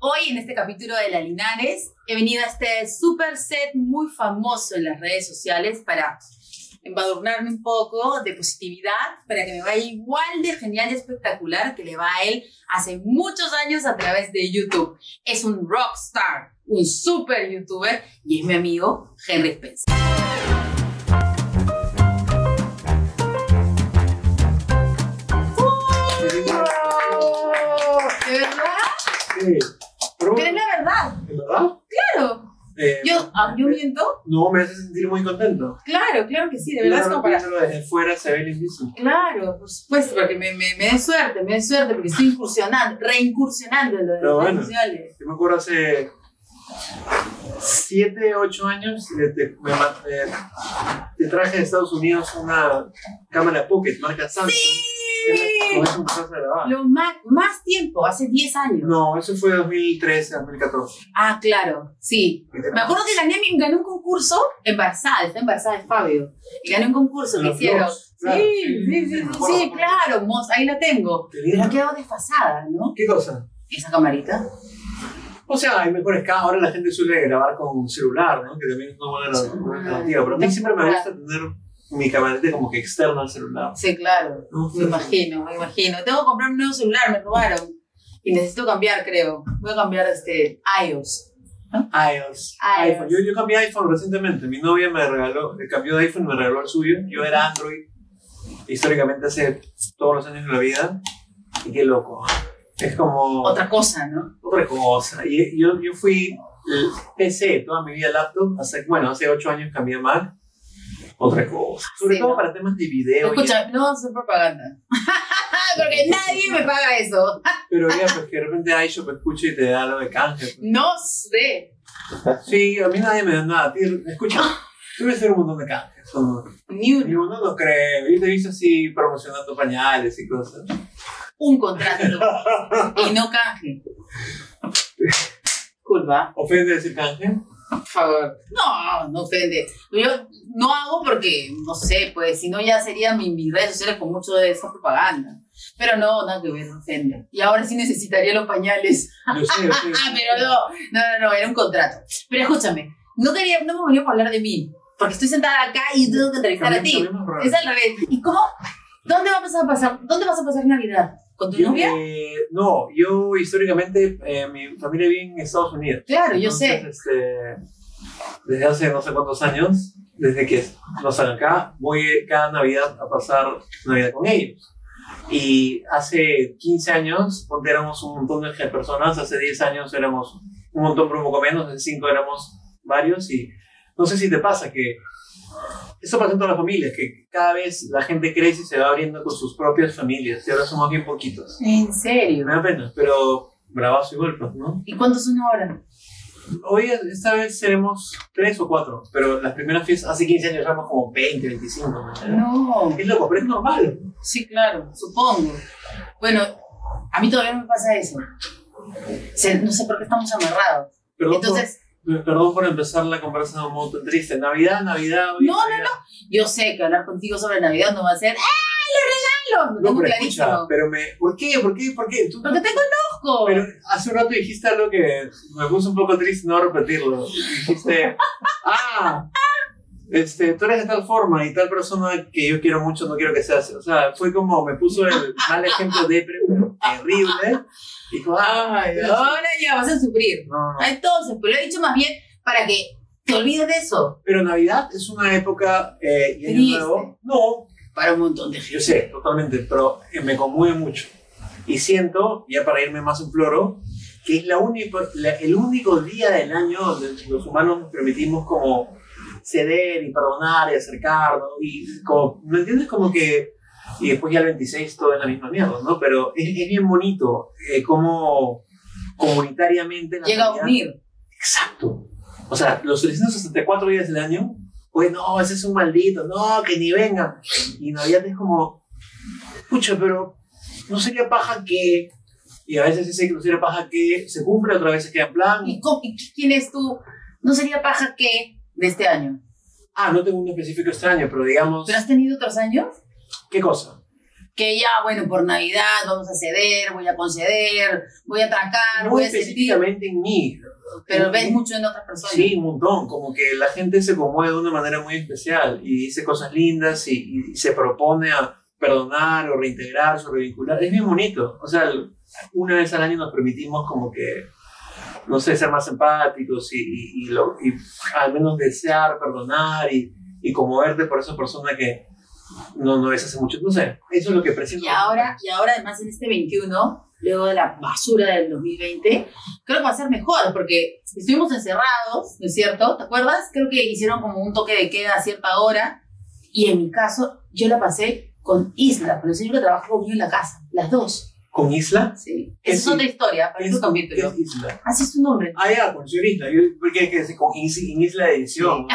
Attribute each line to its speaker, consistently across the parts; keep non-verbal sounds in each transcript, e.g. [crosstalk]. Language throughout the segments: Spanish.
Speaker 1: Hoy en este capítulo de La Linares he venido a este super set muy famoso en las redes sociales para embadurnarme un poco de positividad, para que me vaya igual de genial y espectacular que le va a él hace muchos años a través de YouTube. Es un rockstar, un super youtuber y es mi amigo Henry Spencer. ¿De verdad?
Speaker 2: Sí. Pero
Speaker 1: Pero es
Speaker 2: bueno,
Speaker 1: la verdad,
Speaker 2: ¿en verdad?
Speaker 1: claro.
Speaker 2: Eh,
Speaker 1: Yo, ah, yo miento.
Speaker 2: No, me hace sentir muy contento.
Speaker 1: Claro, claro que sí, de
Speaker 2: Yo
Speaker 1: verdad es
Speaker 2: no
Speaker 1: como para-
Speaker 2: piénsalo desde fuera se ve lindísimo.
Speaker 1: Claro, por supuesto, porque me, me, me den suerte, me den suerte, porque estoy incursionando, reincursionando en lo de
Speaker 2: Pero
Speaker 1: las redes
Speaker 2: bueno.
Speaker 1: sociales.
Speaker 2: Yo me acuerdo hace 7, 8 años, eh, te, me ma- eh, te traje de Estados Unidos una cámara pocket marca Samsung.
Speaker 1: ¡Sí!
Speaker 2: Con eso empezaste a grabar.
Speaker 1: Lo más, más tiempo, hace 10 años.
Speaker 2: No, eso fue 2013, 2014.
Speaker 1: Ah, claro, sí. Me acuerdo que gané, mi- gané un concurso embarazada, está embarazada de Fabio. Y gané un concurso que
Speaker 2: Los
Speaker 1: hicieron.
Speaker 2: vlogs, claro.
Speaker 1: sí, sí, sí,
Speaker 2: me
Speaker 1: sí,
Speaker 2: acuerdo.
Speaker 1: sí, claro, mos, ahí la tengo.
Speaker 2: Te
Speaker 1: Pero
Speaker 2: dieron-
Speaker 1: quedó desfasada, ¿no?
Speaker 2: ¿Qué cosa?
Speaker 1: Esa camarita.
Speaker 2: O sea, hay mejores cámaras. Ahora la gente suele grabar con celular, ¿no? Que también es una buena una buena
Speaker 1: Ah,
Speaker 2: alternativa. Pero a mí siempre me gusta tener mi camarete como que externa al celular.
Speaker 1: Sí, claro.
Speaker 2: ¿no?
Speaker 1: Me imagino, me imagino. Tengo que comprar un nuevo celular, me robaron. Y necesito cambiar, creo. Voy a cambiar este iOS.
Speaker 2: iOS.
Speaker 1: iOS.
Speaker 2: iPhone. Yo, yo cambié iPhone recientemente. Mi novia me regaló, me cambió de iPhone, me regaló el suyo. Yo era Android históricamente hace todos los años de la vida. Y qué loco. Es como
Speaker 1: Otra cosa, ¿no?
Speaker 2: otra cosa. Y y yo, yo fui eh, PC toda mi vida laptop. Hace, bueno, hace 8 años cambié a Mac. Otra cosa. Sobre
Speaker 1: Sí,
Speaker 2: todo
Speaker 1: ¿no?
Speaker 2: para temas de video. y-
Speaker 1: Escucha, no vamos a hacer propaganda. [laughs] Porque nadie me paga eso.
Speaker 2: pero ya, pues que de repente iShop escucha y te da lo de canje. pues.
Speaker 1: No sé.
Speaker 2: Sí, a mí nadie me da nada. tío. Escucha, debe ser un montón de canjes. ¿o no?
Speaker 1: Ni
Speaker 2: Y
Speaker 1: un,
Speaker 2: uno no cree. Yo te he visto así promocionando pañales y cosas.
Speaker 1: un contrato. Y no canje. Culpa.
Speaker 2: ¿Ofende decir canje?
Speaker 1: Por favor. No, no ofende. Yo no hago porque, no sé, pues, si no ya sería mi, mis redes sociales con mucho de esa propaganda. Pero no, nada que ver, no ofende. Y ahora sí necesitaría los pañales. [laughs]
Speaker 2: Yo sé, yo sé.
Speaker 1: Ah, pero no, no, no, no, era un contrato. Pero escúchame, no quería, no me venía a hablar de mí, porque estoy sentada acá y tengo que entrevistar a ti.
Speaker 2: Cambiemos, cambiemos,
Speaker 1: Es al revés. ¿Y cómo? ¿Dónde vas a pasar, dónde vas a pasar Navidad? ¿Con tu
Speaker 2: Yo,
Speaker 1: novia?
Speaker 2: eh, no, yo históricamente, eh, mi familia vive en Estados Unidos.
Speaker 1: Claro, yo sé.
Speaker 2: Entonces, este, desde hace no sé cuántos años, desde que nos han acá, voy cada Navidad a pasar Navidad con ellos. Y hace 15 años, ponte, éramos un montón de personas, hace 10 años éramos un montón, pero un poco menos, hace 5 éramos varios y no sé si te pasa que eso pasa en todas las familias, que cada vez la gente crece y se va abriendo con sus propias familias y ahora somos bien poquitos.
Speaker 1: En
Speaker 2: Y
Speaker 1: serio.
Speaker 2: me da pena, pero bravazo y golpes, ¿no?
Speaker 1: ¿Y cuántos son ahora?
Speaker 2: Hoy, esta vez seremos tres o cuatro, pero las primeras fiestas, hace 15 años éramos como 20, 25. ¿no?
Speaker 1: No.
Speaker 2: Es loco, pero es normal.
Speaker 1: Sí, claro, supongo. Bueno, a mí todavía no me pasa eso. Se- no sé por qué estamos amarrados.
Speaker 2: Perdón,
Speaker 1: Entonces,
Speaker 2: por, perdón por empezar la conversación un modo tan triste. Navidad, Navidad. hoy es
Speaker 1: No, no,
Speaker 2: Navidad.
Speaker 1: yo sé que hablar contigo sobre Navidad no va a ser ¡Ah, los regalos! Lo
Speaker 2: No,
Speaker 1: tengo
Speaker 2: pero escucha,
Speaker 1: clarísimo.
Speaker 2: pero me. ¿Por qué? ¿Por qué? ¿Por qué? Tú-
Speaker 1: Porque te conozco.
Speaker 2: pero hace un rato dijiste algo que me puso un poco triste no repetirlo. Dijiste, ah, este, tú eres de tal forma y tal persona que yo quiero mucho, no quiero que seas. O sea, fue como me puso el mal ejemplo de pre- pero terrible. Y como, ay,
Speaker 1: Ay,
Speaker 2: ay,
Speaker 1: ahora ya vas a sufrir.
Speaker 2: No, no.
Speaker 1: Entonces, pero lo he dicho más bien para que te olvides de eso.
Speaker 2: Pero Navidad es una época eh, y Año
Speaker 1: Triste.
Speaker 2: Nuevo. No,
Speaker 1: Para un montón de gente.
Speaker 2: yo sé, totalmente, pero eh, me conmueve mucho. Y siento, ya para irme más en floro, que es la única, la- el único día del año donde los humanos nos permitimos como ceder y perdonar y acercarnos. Y como, ¿me entiendes? Como que... Y después ya el 26 todo es la misma mierda, ¿no? Pero es, es bien bonito eh, como comunitariamente... la
Speaker 1: Llega a
Speaker 2: Navidad-
Speaker 1: unir.
Speaker 2: Exacto. O sea, los 364 días del año, pues no, ese es un maldito, no, que ni venga. Y Navidad es como, pucha, pero no sería paja que. Y a veces ese que no sería paja que se cumple, otra vez se queda en plan.
Speaker 1: ¿Y, cómo- y quién es tú? No sería paja que de este año.
Speaker 2: Ah, no tengo un específico extraño, pero digamos,
Speaker 1: ¿Pero has tenido otros años?
Speaker 2: ¿qué cosa?
Speaker 1: que ya, bueno, por Navidad vamos a ceder, voy a conceder, voy a atracar,
Speaker 2: Muy
Speaker 1: voy a sentir,
Speaker 2: específicamente en mí.
Speaker 1: Ah, pues, pero
Speaker 2: En
Speaker 1: ves
Speaker 2: mí.
Speaker 1: mucho en otras personas.
Speaker 2: Sí, un montón. Como que la gente se conmueve de una manera muy especial y dice cosas lindas y, y se propone a perdonar o reintegrar o revincular. Es bien bonito. O sea, una vez al año nos permitimos como que, no sé, ser más empáticos y, y- y lo- y al menos desear perdonar y, y conmoverte por esa persona que no, no ves hace mucho. No sé, eso es lo que presiento.
Speaker 1: Y ahora, y ahora además en este 21, luego de la basura del 2020, creo que va a ser mejor porque estuvimos encerrados, ¿no es cierto? ¿Te acuerdas? Creo que hicieron como un toque de queda a cierta hora y en mi caso yo la pasé con Isla, pero el señor que trabaja conmigo en la casa, las dos.
Speaker 2: ¿Con Isla?
Speaker 1: Sí.
Speaker 2: ¿Qué
Speaker 1: Esa
Speaker 2: sí?
Speaker 1: es otra historia, para
Speaker 2: ¿Qué
Speaker 1: otro
Speaker 2: ¿Qué
Speaker 1: capítulo.
Speaker 2: es Isla?
Speaker 1: Así es tu nombre.
Speaker 2: Ah, ya, con señor Isla. Yo, porque hay que decir con Is- en Isla de Edición.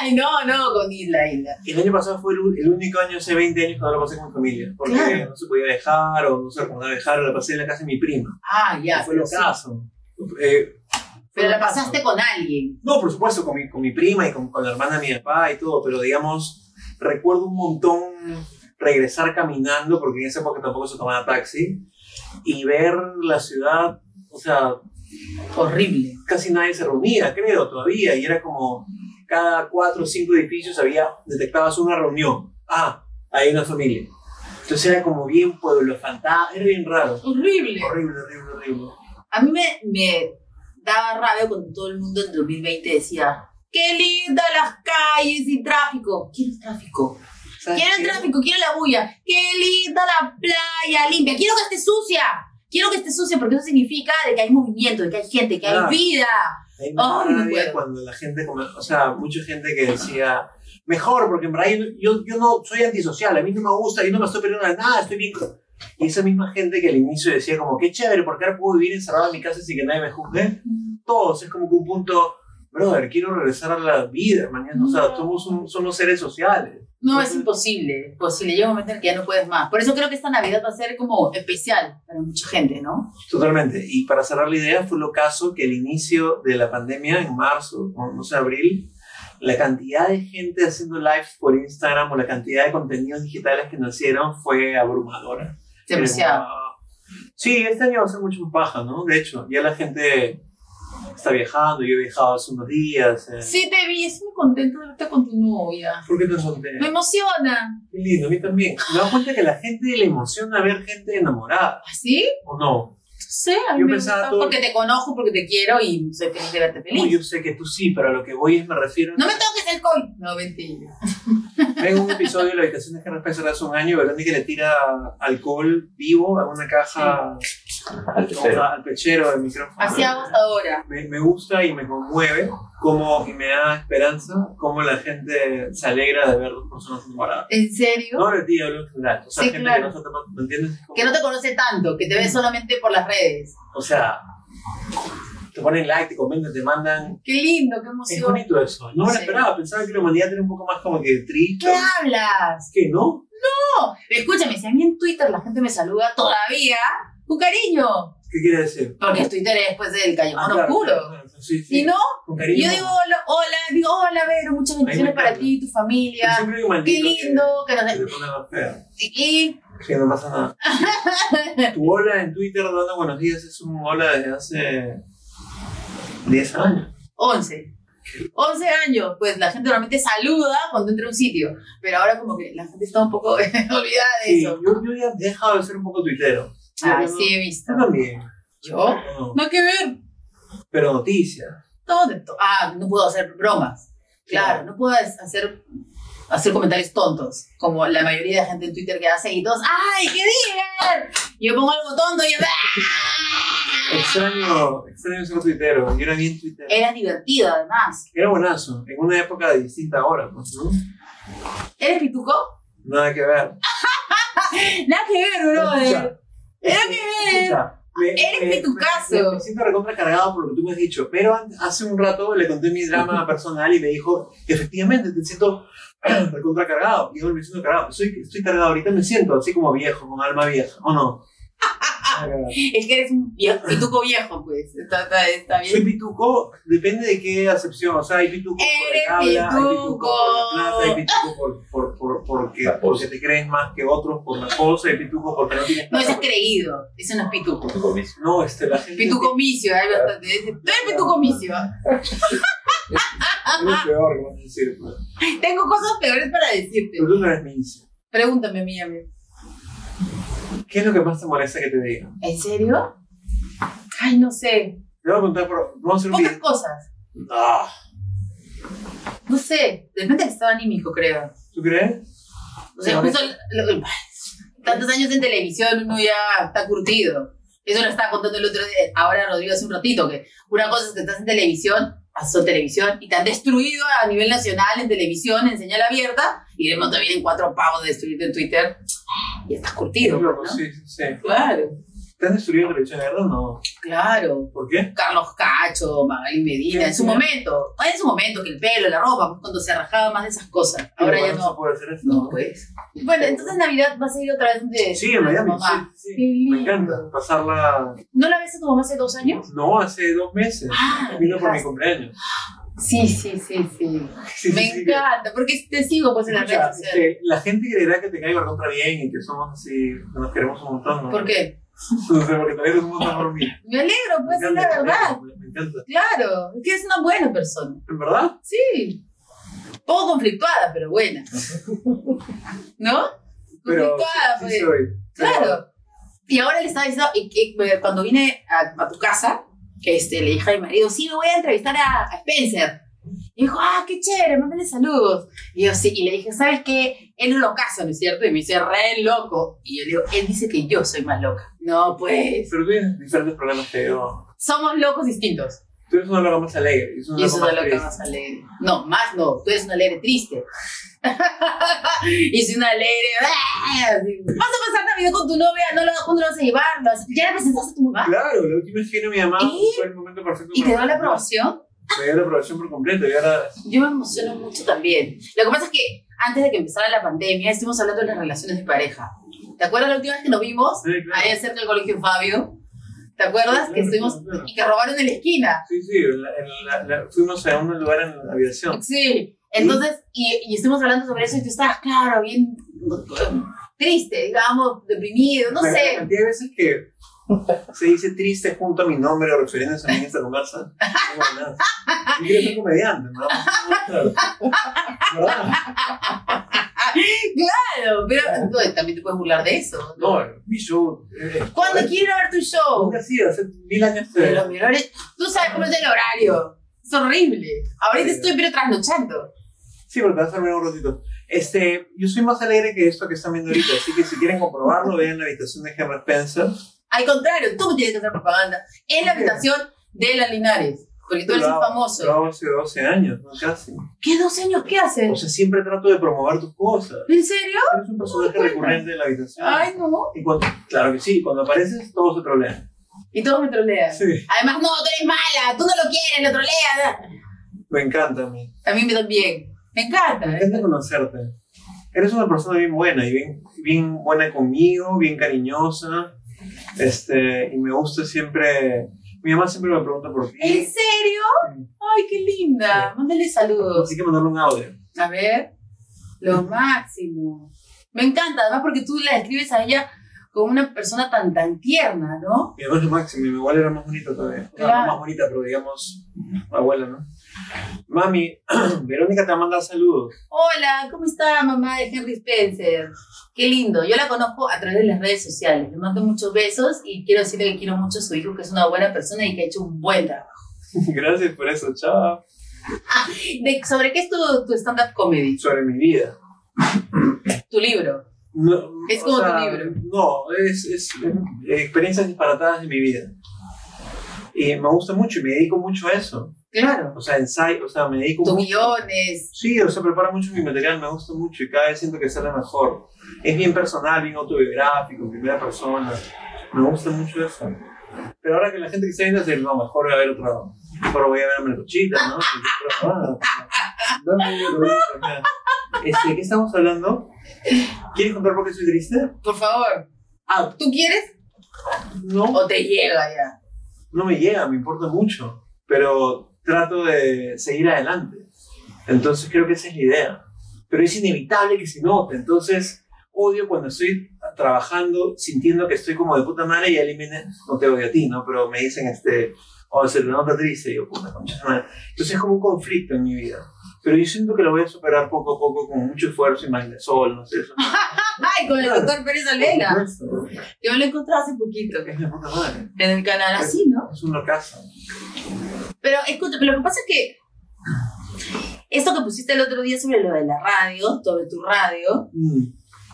Speaker 1: Ay, no, no, con Isla, Isla.
Speaker 2: El año pasado fue el, u- el único año hace 20 años que no lo pasé con mi familia, porque
Speaker 1: Claro.
Speaker 2: no se podía dejar o no se recomendaba dejar, la pasé en la casa de mi prima.
Speaker 1: Ah, ya.
Speaker 2: Que fue lo
Speaker 1: sí.
Speaker 2: caso. Eh, fue
Speaker 1: Pero
Speaker 2: lo
Speaker 1: la
Speaker 2: caso.
Speaker 1: pasaste con alguien.
Speaker 2: No, por supuesto, con mi, con mi prima y con, con la hermana de mi papá y todo, pero digamos, recuerdo un montón regresar caminando, porque en esa época tampoco se tomaba taxi, y ver la ciudad, o sea,
Speaker 1: Horrible.
Speaker 2: casi nadie se reunía, creo, todavía, y era como cada cuatro o cinco edificios había, detectabas una reunión. Ah, hay una familia. Entonces era como bien pueblo fantasma, era bien raro.
Speaker 1: Horrible.
Speaker 2: Horrible, horrible, horrible.
Speaker 1: A mí me, me daba rabia cuando todo el mundo en 2020 decía, qué linda las calles y tráfico. Quiero tráfico.
Speaker 2: ¿Sabes
Speaker 1: Quiero
Speaker 2: qué?
Speaker 1: el tráfico, quiero la bulla. Qué linda la playa limpia. Quiero que esté sucia. Quiero que esté sucia porque eso significa de que hay movimiento, de que hay gente, que
Speaker 2: Claro.
Speaker 1: hay vida.
Speaker 2: Ahí me
Speaker 1: Ay,
Speaker 2: daba
Speaker 1: no
Speaker 2: rabia
Speaker 1: puedo.
Speaker 2: cuando la gente, como- o sea, mucha gente que decía, mejor, porque en verdad yo, yo, yo no soy antisocial, a mí no me gusta, yo no me estoy peleando de nada, estoy bien. con-". Y esa misma gente que al inicio decía como, qué chévere, porque ahora puedo vivir encerrado en mi casa sin que nadie me juzgue, todos, es como que un punto, brother, quiero regresar a la vida, mañana, o sea, somos, un- somos seres sociales.
Speaker 1: No, es imposible, es imposible. Llega un momento en el que ya no puedes más. Por eso creo que esta Navidad va a ser como especial para mucha gente, ¿no?
Speaker 2: Totalmente. Y para cerrar la idea, fue lo caso que el inicio de la pandemia, en marzo, o no sé, abril, la cantidad de gente haciendo lives por Instagram o la cantidad de contenidos digitales que nacieron fue abrumadora.
Speaker 1: Demasiado.
Speaker 2: Era- Sí, este año va a ser mucho más baja, ¿no? De hecho, ya la gente está viajando, yo he viajado hace unos días. eh.
Speaker 1: Sí, te vi, estoy muy contento de verte con tu novia.
Speaker 2: ¿Por qué te sonteas?
Speaker 1: Me emociona.
Speaker 2: Qué lindo, a mí también. Me doy cuenta que a la gente le emociona ver gente enamorada,
Speaker 1: ¿Así?
Speaker 2: ¿o no?
Speaker 1: Sí, a mí
Speaker 2: Yo
Speaker 1: me
Speaker 2: pensaba
Speaker 1: gusta,
Speaker 2: todo-
Speaker 1: porque te conozco, porque te quiero y soy feliz de verte feliz.
Speaker 2: Uy, yo sé que tú sí, pero a lo que voy es me refiero...
Speaker 1: No me toques el COVID. No, mentira.
Speaker 2: Vengo un episodio de la habitación de Harry Potter hace un año, Verónica le tira alcohol vivo a una caja... Al pechero. Al pechero del micrófono.
Speaker 1: Así hago hasta ahora.
Speaker 2: Me, me gusta y me conmueve como, y me da esperanza cómo la gente se alegra de ver dos personas enamoradas.
Speaker 1: ¿En serio?
Speaker 2: No de ti, hablo en general. O sea,
Speaker 1: Sí,
Speaker 2: gente
Speaker 1: claro.
Speaker 2: que no se toma- ¿me entiendes? Es como-
Speaker 1: Que no te conoce tanto, que te ve solamente por las redes.
Speaker 2: O sea, te ponen like, te comentan, te mandan...
Speaker 1: Qué lindo, qué
Speaker 2: Es
Speaker 1: emoción.
Speaker 2: bonito eso. No me lo
Speaker 1: Sí.
Speaker 2: esperaba. Pensaba que la humanidad era un poco más como que triste.
Speaker 1: ¿Qué hablas?
Speaker 2: ¿Qué no?
Speaker 1: No, escúchame, si a mí en Twitter la gente me saluda todavía, con cariño.
Speaker 2: ¿Qué quiere decir?
Speaker 1: Porque Twitter es pues del callejón
Speaker 2: Ah, claro,
Speaker 1: oscuro.
Speaker 2: claro, claro. Sí, sí.
Speaker 1: Si no,
Speaker 2: Con cariño.
Speaker 1: yo digo hola, hola, digo hola, Vero, muchas bendiciones para
Speaker 2: encanta.
Speaker 1: ti, tu
Speaker 2: Pero
Speaker 1: familia.
Speaker 2: siempre hay un
Speaker 1: Qué
Speaker 2: maldito
Speaker 1: lindo, que
Speaker 2: Que,
Speaker 1: nos...
Speaker 2: que te pone más fea.
Speaker 1: Y
Speaker 2: Que no pasa nada.
Speaker 1: [laughs]
Speaker 2: tu hola en Twitter dando buenos días es un hola desde hace 10 años.
Speaker 1: 11. 11 años, pues la gente normalmente saluda cuando entra a un sitio, pero ahora como que la gente está un poco [laughs] olvidada de
Speaker 2: Sí,
Speaker 1: eso.
Speaker 2: yo, yo ya he dejado de ser un poco tuitero.
Speaker 1: Ah,
Speaker 2: Yo no-
Speaker 1: sí, he visto.
Speaker 2: Yo también.
Speaker 1: ¿Yo?
Speaker 2: No,
Speaker 1: No hay que ver.
Speaker 2: Pero noticias.
Speaker 1: Todo, to- ah, no puedo hacer bromas. Claro, no puedo es- hacer, hacer comentarios tontos, como la mayoría de gente en Twitter que hace y todos, ¡ay, qué digan! Yo pongo algo tonto y yo, ¡ah!
Speaker 2: Extraño, extraño ser tuitero. Yo era bien tuitero.
Speaker 1: Era divertido además.
Speaker 2: Era buenazo. En una época de distinta hora, pues, ¿no?
Speaker 1: ¿Eres pituco?
Speaker 2: Nada que ver.
Speaker 1: Nada que ver, brother.
Speaker 2: Escucha,
Speaker 1: eh, Era
Speaker 2: escucha,
Speaker 1: mi bebé.
Speaker 2: escucha, me-
Speaker 1: Eres
Speaker 2: me-
Speaker 1: mi tu
Speaker 2: me-
Speaker 1: caso.
Speaker 2: Me, siento recontra cargado por lo que tú me has dicho, pero an- hace un rato le conté mi
Speaker 1: [laughs]
Speaker 2: drama personal y me dijo, efectivamente, te siento [clears throat] recontra
Speaker 1: [laughs]
Speaker 2: cargado. Y ahora me siento cargado. Soy, estoy cargado ahorita, me siento así como viejo, con alma vieja, ¿o no?
Speaker 1: Es que eres un viejo, pituco viejo, pues. Está, está, está
Speaker 2: Soy
Speaker 1: bien.
Speaker 2: pituco, depende de qué acepción. O sea, hay pituco por
Speaker 1: Eres
Speaker 2: el habla, hay pituco por la plata, hay
Speaker 1: pituco.
Speaker 2: pituco por, por, por- porque,
Speaker 3: La pose.
Speaker 2: porque te crees más que otros, por la pose, hay pituco porque no tienes
Speaker 1: No,
Speaker 2: plata,
Speaker 1: eso es creído. Eso no es pituco.
Speaker 3: Tu comicio.
Speaker 2: No, este, la gente.
Speaker 1: Pitucomicio, hay bastante.
Speaker 2: [laughs]
Speaker 1: Tú eres pitucomicio.
Speaker 2: Es lo peor que vas a decir. pues.
Speaker 1: Tengo cosas peores para decirte.
Speaker 2: Pero tú no eres mi inicio.
Speaker 1: Pregúntame, mi amigo.
Speaker 2: ¿Qué es lo que más te molesta que te digan?
Speaker 1: ¿En serio? Ay, no sé.
Speaker 2: Te voy a contar, pero vamos a hacer un
Speaker 1: Pocas
Speaker 2: video.
Speaker 1: cosas.
Speaker 2: Ah,
Speaker 1: No sé. Depende del estado anímico, creo.
Speaker 2: ¿Tú crees?
Speaker 1: O sea, justo lo- lo- tantos años en televisión uno ya está curtido. Eso lo estaba contando el otro día, ahora Rodrigo hace un ratito, que una cosa es que estás en televisión, pasó televisión, y te han destruido a nivel nacional en televisión, en señal abierta, y de pronto vienen cuatro pavos de destruirte en Twitter, y estás curtido,
Speaker 2: Es loco,
Speaker 1: ¿no?
Speaker 2: Sí, sí, sí.
Speaker 1: Claro,
Speaker 2: ¿Te han destruido la televisión, verdad? No.
Speaker 1: claro.
Speaker 2: ¿Por qué?
Speaker 1: Carlos Cacho, Magali Medina, en su
Speaker 2: Sí.
Speaker 1: momento, en su momento, que el pelo, la ropa, pues, cuando se rajaba más de esas cosas. Ahora
Speaker 2: Pero
Speaker 1: ya
Speaker 2: bueno,
Speaker 1: no.
Speaker 2: se puede hacer eso.
Speaker 1: No, pues. Bueno, entonces Navidad vas a ir otra vez de
Speaker 2: Sí, en Miami.
Speaker 1: mamá.
Speaker 2: Sí,
Speaker 1: Qué
Speaker 2: sí.
Speaker 1: lindo.
Speaker 2: Me encanta pasarla.
Speaker 1: ¿No la ves a tu mamá hace dos años?
Speaker 2: No, hace dos meses.
Speaker 1: Ah,
Speaker 2: Vino por mi
Speaker 1: dejaste.
Speaker 2: cumpleaños.
Speaker 1: Sí, sí, sí, sí.
Speaker 2: Sí,
Speaker 1: Me
Speaker 2: sí, sí,
Speaker 1: encanta, porque te sigo pues en las
Speaker 2: Escucha,
Speaker 1: redes sociales.
Speaker 2: este, la gente creerá que te caigo contra bien y que somos así, que nos queremos un montón, ¿no?
Speaker 1: ¿Por
Speaker 2: [laughs]
Speaker 1: qué?
Speaker 2: No sé, porque también es un montón por mí.
Speaker 1: Me alegro, [laughs] pues
Speaker 2: Me
Speaker 1: es la
Speaker 2: encanta,
Speaker 1: verdad.
Speaker 2: Me, me encanta.
Speaker 1: Claro, es que es una buena persona.
Speaker 2: ¿En verdad?
Speaker 1: Sí. Poco conflictuada, pero
Speaker 2: [laughs]
Speaker 1: buena. ¿No?
Speaker 2: Pero
Speaker 1: conflictuada,
Speaker 2: sí,
Speaker 1: pues.
Speaker 2: sí soy. Pero-
Speaker 1: Claro. Y ahora le estaba diciendo, y- y, eh, cuando vine a, a tu casa, este, le dije a mi marido, sí, me voy a entrevistar a, a Spencer. Y dijo, ah, qué chévere, mándale saludos. Y yo sí, y le dije, ¿sabes qué? Él es locazo, ¿no es cierto? Y me dice, re loco. Y yo le digo, él dice que yo soy más loca. No, pues,
Speaker 2: Pero tú tienes diferentes problemas que yo.
Speaker 1: somos locos distintos.
Speaker 2: Tú eres una loca más alegre. Y
Speaker 1: Y
Speaker 2: una
Speaker 1: eso es
Speaker 2: loca
Speaker 1: lo
Speaker 2: más
Speaker 1: que
Speaker 2: triste.
Speaker 1: más alegre. No, más no, tú eres una alegre triste. [laughs] y soy una alegre. ¡ah! Así, Vas a pasar Navidad con tu novia, no lo, ¿cuándo lo vas a llevar? ¿Lo vas- ¿Ya la presentaste a tu mamá?
Speaker 2: Claro, la última vez que vino mi mamá
Speaker 1: Ah. ¿Y?
Speaker 2: fue el momento perfecto.
Speaker 1: ¿Y te
Speaker 2: para-
Speaker 1: dio la aprobación?
Speaker 2: Me dio la aprobación por completo y ahora
Speaker 1: Yo me emociono mucho también. Lo que pasa es que antes de que empezara la pandemia estuvimos hablando de las relaciones de pareja. ¿Te acuerdas la última vez que nos vimos?
Speaker 2: Sí, claro.
Speaker 1: Ahí cerca del colegio Fabio. ¿Te acuerdas que
Speaker 2: Sí, claro,
Speaker 1: estuvimos
Speaker 2: claro, claro.
Speaker 1: y que robaron en la esquina?
Speaker 2: Sí, sí, en la- en la- la- fuimos a un lugar en la aviación.
Speaker 1: Sí. Entonces, y, y estuvimos hablando sobre eso y tú estabas, claro, bien eh, triste, digamos, deprimido, no
Speaker 2: Pero La
Speaker 1: sé.
Speaker 2: cantidad de veces que se dice triste junto a mi nombre o referencias a mí en esta conversa. No hago nada. Yo quiero ser comediante, ¿no? Claro. ¿Verdad?
Speaker 1: Claro, pero tú también te puedes burlar de eso.
Speaker 2: No, mi show. eh,
Speaker 1: ¿Cuándo
Speaker 2: joder,
Speaker 1: quiero ver tu show?
Speaker 2: Nunca ha sido, hace mil años.
Speaker 1: Pero
Speaker 2: eh,
Speaker 1: los menores, tú sabes cómo es el horario. Es horrible. Ahorita
Speaker 2: Horrible.
Speaker 1: estoy pero trasnochando.
Speaker 2: Sí, pero te vas a dormir un ratito. Este, yo soy más alegre que esto que están viendo ahorita, así que si quieren comprobarlo, vean la habitación de Henry Spencer.
Speaker 1: Al contrario, tú tienes que hacer propaganda en la
Speaker 2: Ok.
Speaker 1: habitación de las Linares. Porque tú eres
Speaker 2: Lo
Speaker 1: un
Speaker 2: hago, Lo
Speaker 1: famoso.
Speaker 2: hago hace 12 años, ¿no? Casi.
Speaker 1: ¿Qué dos años qué
Speaker 2: O
Speaker 1: haces?
Speaker 2: sea, siempre trato de promover tus cosas.
Speaker 1: ¿En serio?
Speaker 2: Eres un personaje recurrente de la habitación.
Speaker 1: Ay, no.
Speaker 2: Y cuando- claro que sí, cuando apareces todos se trolean.
Speaker 1: Y todos me trolean.
Speaker 2: Sí.
Speaker 1: Además, no, tú eres mala, tú no lo quieres, lo troleas.
Speaker 2: Me encanta a mí.
Speaker 1: A mí me también. Me encanta.
Speaker 2: Me
Speaker 1: ¿eh?
Speaker 2: encanta conocerte. Eres una persona bien buena y bien, bien buena conmigo, bien cariñosa. Este, y me gusta siempre. Mi mamá siempre me pregunta por ti.
Speaker 1: ¿En serio?
Speaker 2: Sí.
Speaker 1: Ay, qué linda. Mándale saludos.
Speaker 2: Así que mandarle un audio.
Speaker 1: A ver, lo máximo. Me encanta, además porque tú la describes a ella como una persona tan tan tierna, ¿no?
Speaker 2: Mi mamá es lo máximo, y mi abuela era más bonita todavía. Claro.
Speaker 1: Claro.
Speaker 2: más bonita, pero digamos, abuela, ¿no? Mami, [clears throat] Verónica te manda saludos. [laughs]
Speaker 1: Hola, ¿cómo está mamá de Henry Spencer? Qué lindo, yo la conozco a través de las redes sociales. Le mando muchos besos y quiero decirle que quiero mucho a su hijo, que es una buena persona y que ha hecho un buen trabajo.
Speaker 2: Gracias por eso, chao.
Speaker 1: De- ¿Sobre qué es tu, tu stand-up comedy?
Speaker 2: Sobre mi vida.
Speaker 1: Tu libro.
Speaker 2: No,
Speaker 1: Es
Speaker 2: o
Speaker 1: como tu libro.
Speaker 2: No, es, es, eh, experiencias disparatadas de mi vida. Y me gusta mucho y me dedico mucho a eso.
Speaker 1: Claro.
Speaker 2: O sea, ensayo, o sea, me dedico
Speaker 1: Tus
Speaker 2: mucho.
Speaker 1: guiones.
Speaker 2: Sí, o sea, preparo mucho mi material, me gusta mucho y cada vez siento que sale mejor. Es bien personal, bien autobiográfico, en primera persona. Me gusta mucho eso. Pero ahora que la gente que está viendo dice, no, mejor voy a ver otro. Mejor voy a ver a Melcochita, ¿no? Porque, pero, ah, dame un bolito acá. Este, ¿De qué estamos hablando? ¿Quieres contar por qué soy triste?
Speaker 1: Por favor.
Speaker 2: Ah,
Speaker 1: ¿Tú quieres?
Speaker 2: No,
Speaker 1: O te llega ya.
Speaker 2: no me llega, me importa mucho, pero trato de seguir adelante. Entonces creo que esa es la idea. Pero es inevitable que se note, entonces odio cuando estoy trabajando sintiendo que estoy como de puta madre y alguien viene, no te odio a ti, ¿no? Pero me dicen, este, o se lo nota triste, y yo, puta concha de madre. Entonces es como un conflicto en mi vida. Pero yo siento que lo voy a superar poco a poco con mucho esfuerzo y magnesol, no sé, eso.
Speaker 1: Ay, con el doctor Pérez Alvena.
Speaker 2: Por supuesto, ¿no?
Speaker 1: Yo me lo encontré hace poquito.
Speaker 2: Es de puta madre.
Speaker 1: En el canal así, ¿no?
Speaker 2: Es una casa.
Speaker 1: Pero escucha, pero lo que pasa es que esto que pusiste el otro día sobre lo de la radio, sobre tu radio,
Speaker 2: Mm.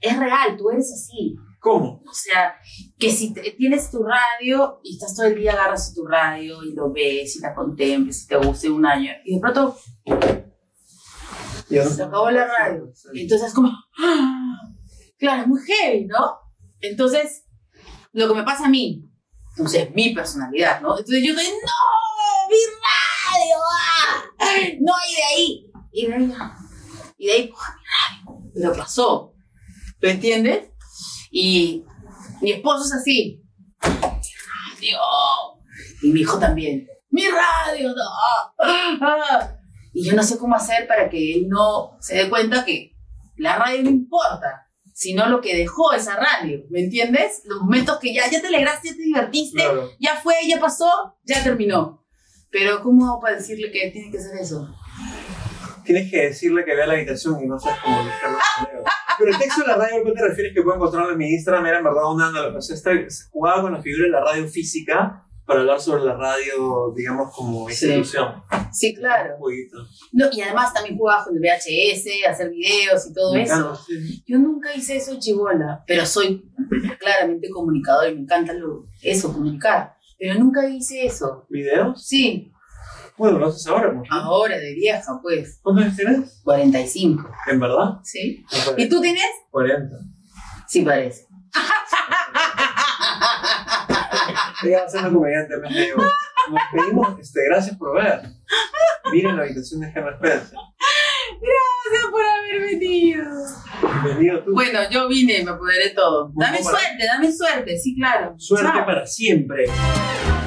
Speaker 1: es real, tú eres así.
Speaker 2: ¿Cómo?
Speaker 1: O sea, que si te- tienes tu radio y estás todo el día agarras tu radio y lo ves y la contemplas y te gusta y un año y de pronto
Speaker 2: Yo-
Speaker 1: Se acabó la radio. Entonces es como, ¡ah! claro, es muy heavy, ¿no? Entonces, lo que me pasa a mí, pues es mi personalidad, ¿no? Entonces yo estoy, no, mi radio, ¡ah! no, y de ahí, y de ahí, y de ahí, ¡puah, mi radio, pero pasó, ¿lo entiendes? Y mi esposo es así, mi radio, y mi hijo también, mi radio, no, ¡ah! Y yo no sé cómo hacer para que él no se dé cuenta que la radio no importa, sino lo que dejó esa radio, ¿me entiendes? Los momentos que ya, ya te alegraste, ya te divertiste,
Speaker 2: Claro.
Speaker 1: ya fue, ya pasó, ya terminó. Pero ¿cómo hago para decirle que tiene que hacer eso?
Speaker 2: Tienes que decirle que vea la habitación y no sabes cómo buscarlo. Pero el texto de la radio, ¿a qué te refieres que puedo encontrarlo en mi Instagram? Era en verdad una analogía. O sea, esta- jugaba con la figura de la radio física para hablar sobre la radio, digamos, como
Speaker 1: Sí.
Speaker 2: institución.
Speaker 1: Sí, claro.
Speaker 2: Un jueguito.
Speaker 1: No, y además también jugaba con el VHS, hacer videos y todo
Speaker 2: Me
Speaker 1: eso.
Speaker 2: encanta, sí.
Speaker 1: Yo nunca hice eso chibola, pero soy claramente comunicador y me encanta lo- eso, comunicar. Pero nunca hice eso.
Speaker 2: ¿Videos?
Speaker 1: Sí,
Speaker 2: Bueno, lo haces ahora, ¿no?
Speaker 1: ahora de vieja, pues.
Speaker 2: ¿Cuántos años tienes?
Speaker 1: 45.
Speaker 2: ¿En verdad?
Speaker 1: ¿Sí?
Speaker 2: No
Speaker 1: ¿Y
Speaker 2: parece.
Speaker 1: tú tienes?
Speaker 2: 40.
Speaker 1: Sí, parece.
Speaker 2: Voy a ser un comediante, me digo. Nos pedimos, este, gracias por ver. Miren la habitación de Henry Spencer.
Speaker 1: Gracias por haber venido.
Speaker 2: Bienvenido tú.
Speaker 1: Bueno, yo vine, me apoderé todo.
Speaker 2: Bueno,
Speaker 1: Dame
Speaker 2: para-
Speaker 1: suerte, dame suerte, sí, claro.
Speaker 2: Suerte
Speaker 1: Chao.
Speaker 2: para siempre.